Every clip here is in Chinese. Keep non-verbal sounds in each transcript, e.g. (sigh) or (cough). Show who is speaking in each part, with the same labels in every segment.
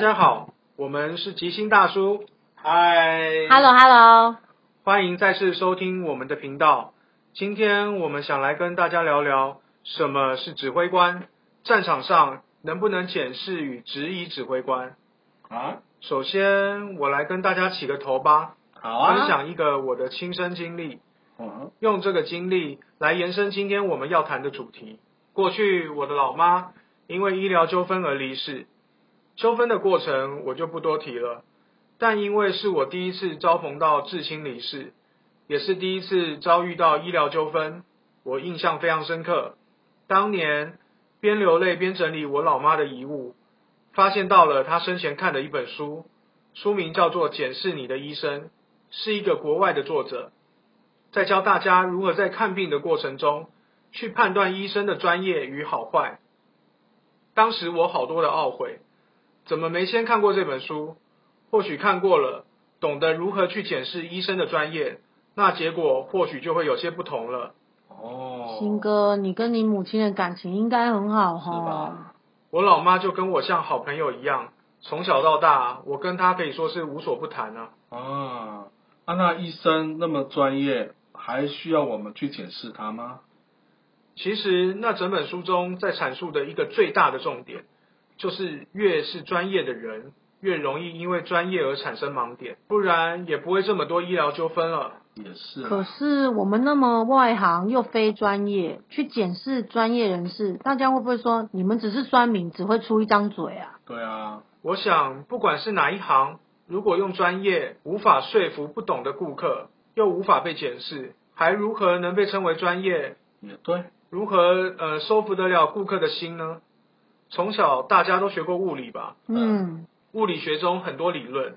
Speaker 1: 家好，我们是吉星大叔。嗨
Speaker 2: Hello
Speaker 3: 哦
Speaker 2: Hello，
Speaker 1: 欢迎再次收听我们的频道。今天我们想来跟大家聊聊什么是指挥官，战场上能不能检视与质疑指挥官。
Speaker 3: 啊，
Speaker 1: 首先，我来跟大家起个头吧，
Speaker 3: 好
Speaker 1: 分
Speaker 3: 啊，
Speaker 1: 享一个我的亲身经历。
Speaker 3: 嗯，
Speaker 1: 用这个经历来延伸今天我们要谈的主题。过去我的老妈因为医疗纠纷而离世，纠纷的过程我就不多提了。但因为是我第一次遭逢到至亲离世，也是第一次遭遇到医疗纠纷，我印象非常深刻。当年边流泪边整理我老妈的遗物，发现到了她生前看的一本书，书名叫做《检视你的医生》，是一个国外的作者。在教大家如何在看病的过程中去判断医生的专业与好坏。当时我好多的懊悔，怎么没先看过这本书？或许看过了，懂得如何去检视医生的专业，那结果或许就会有些不同了。
Speaker 3: 哦，
Speaker 2: 新哥，你跟你母亲的感情应该很好
Speaker 3: 是
Speaker 2: 哈。
Speaker 3: 吧？
Speaker 1: 我老妈就跟我像好朋友一样，从小到大，我跟她可以说是无所不谈啊。
Speaker 3: 啊，啊，那医生那么专业，还需要我们去检视他吗？
Speaker 1: 其实那整本书中在阐述的一个最大的重点，就是越是专业的人，越容易因为专业而产生盲点，不然也不会这么多医疗纠纷了。
Speaker 3: 也是啊，
Speaker 2: 可是我们那么外行又非专业，去检视专业人士，大家会不会说你们只是酸民，只会出一张嘴啊？
Speaker 3: 对啊，
Speaker 1: 我想，不管是哪一行，如果用专业无法说服不懂的顾客，又无法被检视，还如何能被称为专业？
Speaker 3: 也对，
Speaker 1: 如何呃收服得了顾客的心呢？从小大家都学过物理吧，
Speaker 2: 嗯，
Speaker 1: 物理学中很多理论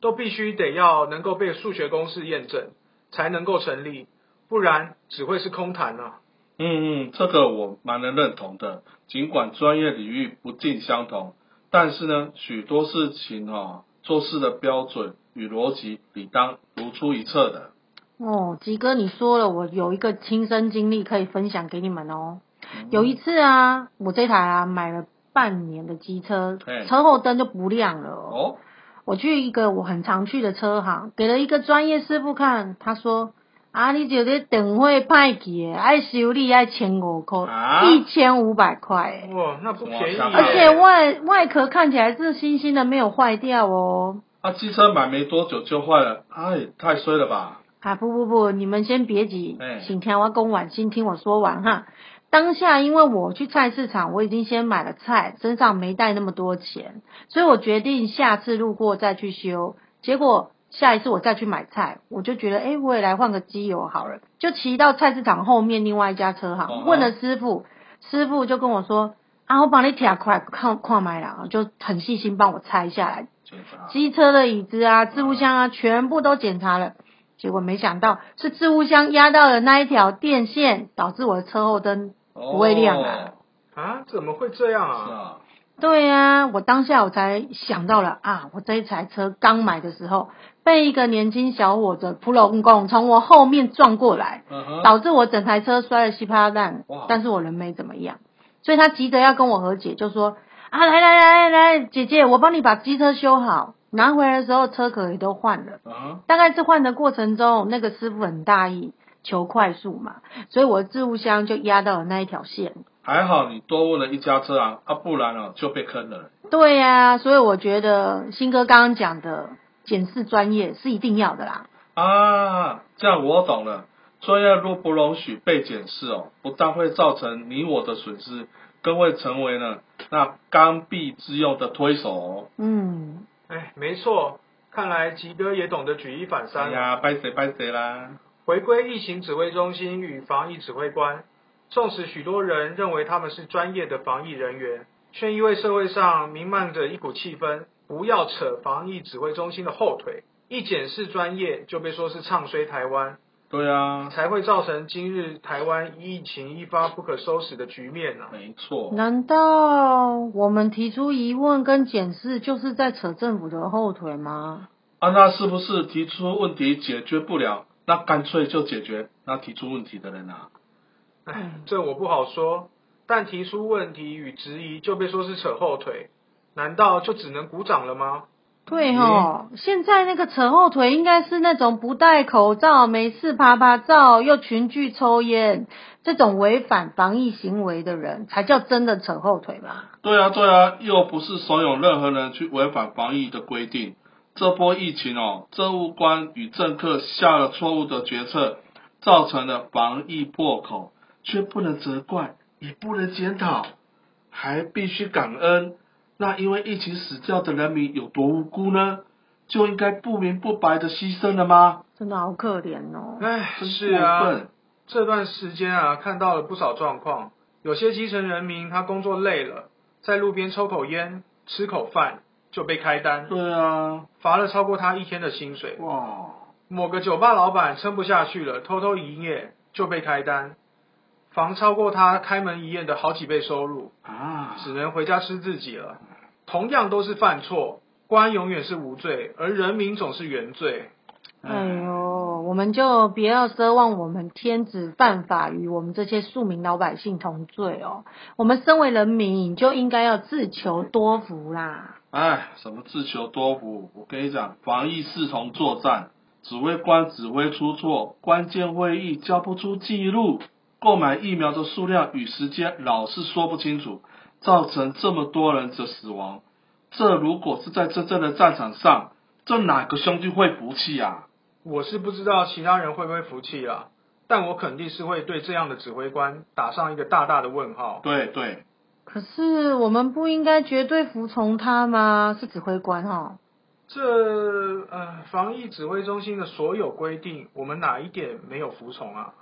Speaker 1: 都必须得要能够被数学公式验证，才能够成立，不然只会是空谈啊。
Speaker 3: 嗯嗯，这个我蛮能认同的。尽管专业领域不尽相同，但是呢，许多事情哦，做事的标准与逻辑理当如出一辙的。
Speaker 2: 哦，吉哥你说了，我有一个亲身经历可以分享给你们哦。
Speaker 3: 嗯
Speaker 2: 有一次啊，我这台啊买了半年的机车
Speaker 3: 嘿，
Speaker 2: 车后灯就不亮了哦。
Speaker 3: 哦，
Speaker 2: 我去一个我很常去的车行，给了一个专业师傅看，他说：“啊，你就得等会派去的，爱修理要千五块，
Speaker 3: 啊
Speaker 2: 一千五百块。
Speaker 1: 哇，那不便宜啊耶。
Speaker 3: 哇
Speaker 2: 而且外外壳看起来是新新的，没有坏掉哦。
Speaker 3: 啊，机车买没多久就坏了，哎，太衰了吧？
Speaker 2: 啊，不不不，你们先别急
Speaker 3: 哎，
Speaker 2: 请听我公晚先听我说完哈。当下因为我去菜市场，我已经先买了菜，身上没带那么多钱，所以我决定下次路过再去修。结果下一次我再去买菜，我就觉得，哎，我也来换个机油好了，就骑到菜市场后面另外一家车
Speaker 3: 哦
Speaker 2: 行，问了师傅，师傅就跟我说，啊，我帮你挑快看看买了，就很细心帮我拆下来，
Speaker 3: 检查
Speaker 2: 机车的椅子啊、置物箱啊，全部都检查了。结果没想到是置物箱压到了那一条电线，导致我的车后灯。不会亮啊
Speaker 1: 啊，怎么会这样
Speaker 3: 哦。是
Speaker 1: 啊？
Speaker 3: 啊，
Speaker 2: 对呀、我当下我才想到了啊，我这一台车刚买的时候，被一个年轻小伙子扑龙拱从我后面撞过来，
Speaker 3: 嗯哼，
Speaker 2: 导致我整台车摔得稀巴烂
Speaker 3: 哇。
Speaker 2: 但是我人没怎么样，所以他急着要跟我和解，就说啊，来来来来，姐姐，我帮你把机车修好。拿回来的时候，车壳也都换了。
Speaker 3: 嗯哼，
Speaker 2: 大概置换的过程中，那个师傅很大意，求快速嘛，所以我的置物箱就压到了那一条线。
Speaker 3: 还好你多问了一家车行啊，不然哦就被坑了。
Speaker 2: 对呀、所以我觉得新哥刚刚讲的检视专业是一定要的啦。
Speaker 3: 啊，这样我懂了。专业若不容许被检视哦，不但会造成你我的损失，更会成为呢那刚愎之用的推手哦。
Speaker 2: 嗯，
Speaker 1: 哎，没错，看来吉哥也懂得举一反
Speaker 3: 哎
Speaker 1: 三啊了。
Speaker 3: 呀，拜谁拜谁啦！
Speaker 1: 回归疫情指挥中心与防疫指挥官，纵使许多人认为他们是专业的防疫人员，却因为社会上弥漫着一股气氛，不要扯防疫指挥中心的后腿，一检视专业就被说是唱衰台湾。
Speaker 3: 对啊，
Speaker 1: 才会造成今日台湾疫情一发不可收拾的局面啊呢、
Speaker 3: 没错。
Speaker 2: 难道我们提出疑问跟检视就是在扯政府的后腿吗？
Speaker 3: 啊，那是不是提出问题解决不了，那干脆就解决那提出问题的人啊？嗯
Speaker 1: (laughs) 唉，这我不好说。但提出问题与质疑就被说是扯后腿，难道就只能鼓掌了吗？
Speaker 2: 对哦，现在那个扯后腿应该是那种不戴口罩、没事爬爬照、又群聚抽烟这种违反防疫行为的人，才叫真的扯后腿吧？
Speaker 3: 对啊，对啊，又不是怂恿任何人去违反防疫的规定。这波疫情哦，政务官与政客下了错误的决策，造成了防疫破口，却不能责怪，也不能检讨，还必须感恩。那因为疫情死掉的人民有多无辜呢？就应该不明不白的牺牲了吗？
Speaker 2: 真的好可怜哦。
Speaker 1: 唉，
Speaker 3: 真
Speaker 1: 是
Speaker 3: 过
Speaker 1: 啊
Speaker 3: 分，。
Speaker 1: 这段时间啊，看到了不少状况。有些基层人民他工作累了，在路边抽口烟、吃口饭就被开单，
Speaker 3: 对啊，
Speaker 1: 罚了超过他一天的薪水。
Speaker 3: 哇，
Speaker 1: 某个酒吧老板撑不下去了，偷偷营业就被开单，房超过他开门营业的好几倍收入，
Speaker 3: 啊，
Speaker 1: 只能回家吃自己了。同样都是犯错，官永远是无罪，而人民总是原罪。
Speaker 2: 哎呦，我们就不要奢望我们天子犯法与我们这些庶民老百姓同罪哦。我们身为人民，就应该要自求多福啦。
Speaker 3: 哎，什么自求多福？我跟你讲，防疫视同作战，指挥官指挥出错，关键会议交不出记录，购买疫苗的数量与时间老是说不清楚，造成这么多人的死亡。这如果是在真正的战场上，这哪个兄弟会服气啊？
Speaker 1: 我是不知道其他人会不会服气啦，但我肯定是会对这样的指挥官打上一个大大的问号。
Speaker 3: 对对，
Speaker 2: 可是我们不应该绝对服从他吗？是指挥官哦。
Speaker 1: 这呃，防疫指挥中心的所有规定，我们哪一点没有服从啊？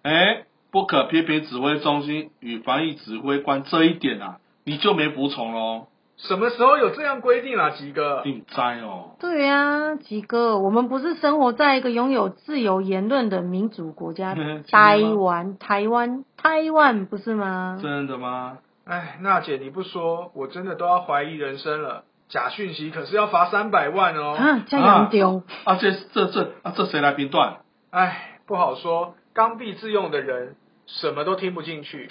Speaker 3: 哎，不可批评指挥中心与防疫指挥官这一点啊，你就没服从喽，
Speaker 1: 什么时候有这样规定啊，吉哥？
Speaker 3: 定灾哦。
Speaker 2: 对啊，吉哥，我们不是生活在一个拥有自由言论的民主国家
Speaker 3: 嗯
Speaker 2: 台
Speaker 3: 真的吗
Speaker 2: 湾，台湾，台湾不是吗？
Speaker 3: 真的吗？
Speaker 1: 哎，娜姐你不说，我真的都要怀疑人生了。假讯息可是要罚三百万哦。
Speaker 2: 啊，这样丢，
Speaker 3: 啊，这这这啊，这谁来评断？
Speaker 1: 哎，不好说，刚愎自用的人什么都听不进去，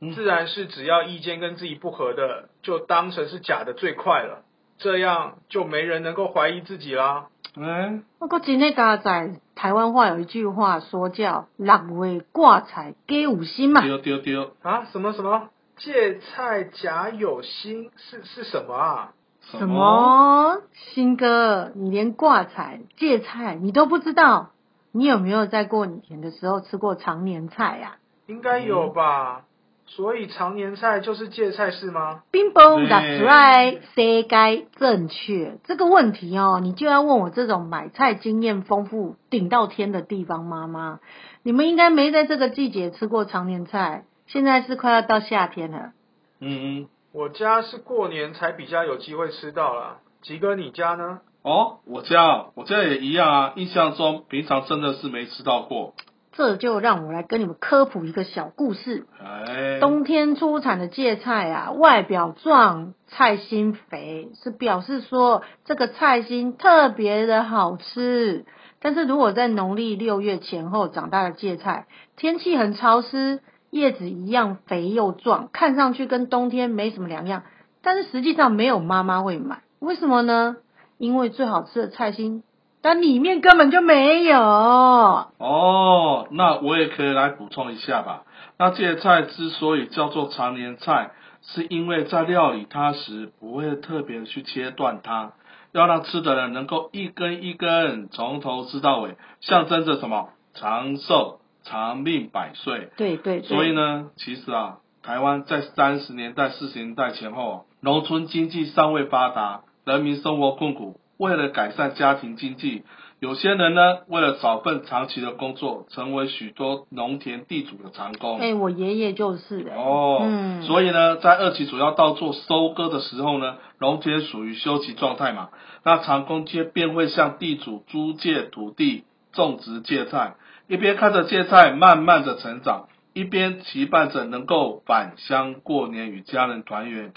Speaker 3: 嗯
Speaker 1: 自然是只要意见跟自己不合的，就当成是假的最快了。这样就没人能够怀疑自己啦。
Speaker 3: 哎，
Speaker 2: 我国今天加在台湾话有一句话说叫“六月挂彩给五星”嘛，
Speaker 3: 丢丢丢，
Speaker 1: 啊，什么什么芥菜甲有心是是什么啊？
Speaker 2: 什？么？新哥，你连挂彩、芥菜你都不知道？你有没有在过年的时候吃过常年菜啊呀、
Speaker 1: 应该有吧。所以常年菜就是芥菜是吗？
Speaker 2: 冰崩
Speaker 3: 对
Speaker 2: that's right，谁该正确？这个问题哦，你就要问我这种买菜经验丰富、顶到天的地方妈妈。你们应该没在这个季节吃过常年菜，现在是快要到夏天了。
Speaker 3: 嗯嗯，
Speaker 1: 我家是过年才比较有机会吃到啦。吉哥，你家呢？
Speaker 3: 哦，我家我家也一样啊，印象中平常真的是没吃到过。
Speaker 2: 这就让我来跟你们科普一个小故事。
Speaker 3: 哎，
Speaker 2: 冬天出产的芥菜啊，外表壮，菜心肥，是表示说这个菜心特别的好吃。但是如果在农历六月前后长大的芥菜，天气很潮湿，叶子一样肥又壮，看上去跟冬天没什么两样，但是实际上没有妈妈会买，为什么呢？因为最好吃的菜心，但里面根本就没有。
Speaker 3: 哦，那我也可以来补充一下吧。那芥菜之所以叫做常年菜，是因为在料理它时不会特别去切断它，要让吃的人能够一根一根从头吃到尾，象征着什么？长寿、长命百岁。
Speaker 2: 对对对，
Speaker 3: 所以呢，其实啊，台湾在三十年代、四十年代前后，农村经济尚未发达，人民生活困苦。为了改善家庭经济，有些人呢，为了找份长期的工作，成为许多农田地主的长工。
Speaker 2: 哎、我爷爷就是、哎
Speaker 3: 哦，
Speaker 2: 嗯，
Speaker 3: 所以呢，在二期主要稻作收割的时候呢，农田属于休息状态嘛，那长工街便会向地主租借土地种植芥菜，一边看着芥菜慢慢的成长，一边期盼着能够返乡过年与家人团圆。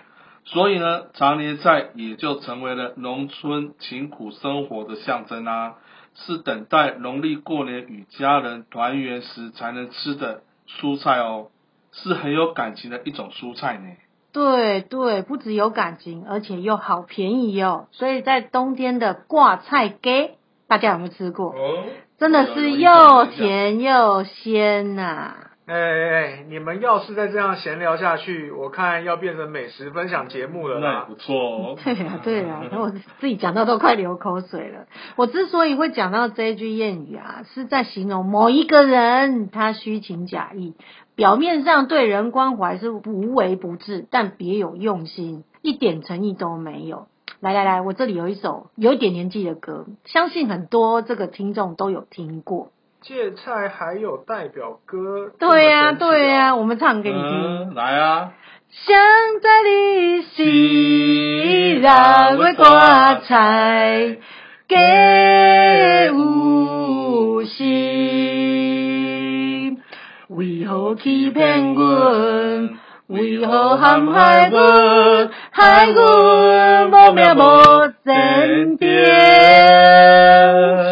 Speaker 3: 所以呢，常年菜也就成为了农村勤苦生活的象征啊，是等待农历过年与家人团圆时才能吃的蔬菜哦。是很有感情的一种蔬菜呢。
Speaker 2: 对对，不只有感情，而且又好便宜哦。所以在冬天的挂菜给，大家有没有吃过？
Speaker 3: 哦，
Speaker 2: 真的是又甜又鲜呐、
Speaker 1: 哎哎哎，你们要是再这样闲聊下去，我看要变成美食分享节目了
Speaker 3: 那也
Speaker 1: 啦。
Speaker 3: 不错哦。
Speaker 2: (laughs) 对呀、对呀、然后我自己讲到都快流口水了。我之所以会讲到这一句谚语啊，是在形容某一个人他虚情假意，表面上对人关怀是无微不至，但别有用心，一点诚意都没有。来来来，我这里有一首有一点年纪的歌，相信很多这个听众都有听过。
Speaker 1: 芥菜还有代表歌，
Speaker 2: 对
Speaker 1: 呀、
Speaker 2: 呀、对呀、
Speaker 1: 呀、
Speaker 2: 我们唱给你听。
Speaker 3: 嗯，来啊！
Speaker 2: 想在你心，让我挂彩，给有心。为何欺骗阮？为何陷害阮？害阮无命无真边。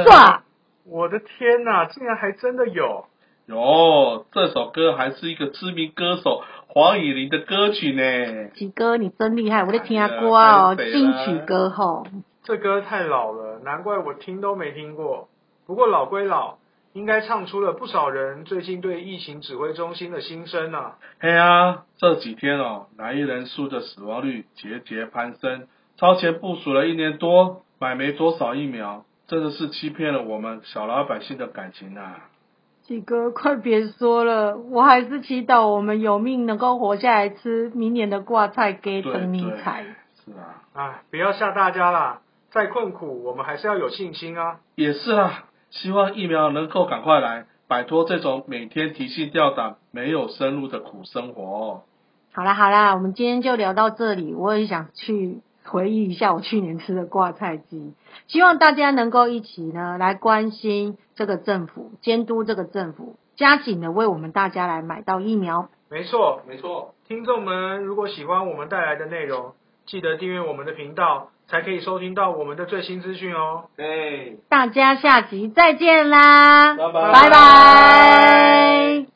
Speaker 2: 唰，
Speaker 1: 我的天哪，竟然还真的有！
Speaker 3: 哟，这首歌还是一个知名歌手黄以玲的歌曲呢。
Speaker 2: 吉哥你真厉害，我在听歌哦，金曲歌后。
Speaker 1: 这歌太老了，难怪我听都没听过。不过老归老，应该唱出了不少人最近对疫情指挥中心的心声啊。
Speaker 3: 嘿呀，这几天哦，男艺人数的死亡率节节攀升，超前部署了一年多，买没多少疫苗，真的是欺骗了我们小老百姓的感情啊！
Speaker 2: 几哥，快别说了，我还是祈祷我们有命能够活下来吃明年的挂菜给
Speaker 3: 对
Speaker 2: 等
Speaker 3: 对，
Speaker 2: 你采。
Speaker 3: 是啊，
Speaker 1: 哎，不要吓大家啦，再困苦我们还是要有信心啊。
Speaker 3: 也是啊，希望疫苗能够赶快来，摆脱这种每天提心吊胆、没有生路的苦生活哦。
Speaker 2: 好啦好啦，我们今天就聊到这里。我也想去回忆一下我去年吃的挂菜鸡，希望大家能够一起呢来关心这个政府，监督这个政府，加紧的为我们大家来买到疫苗。
Speaker 1: 没错，
Speaker 3: 没错，
Speaker 1: 听众们如果喜欢我们带来的内容，记得订阅我们的频道，才可以收听到我们的最新资讯哦。
Speaker 3: 哎。
Speaker 2: 大家下集再见啦，
Speaker 3: 拜拜
Speaker 2: 拜拜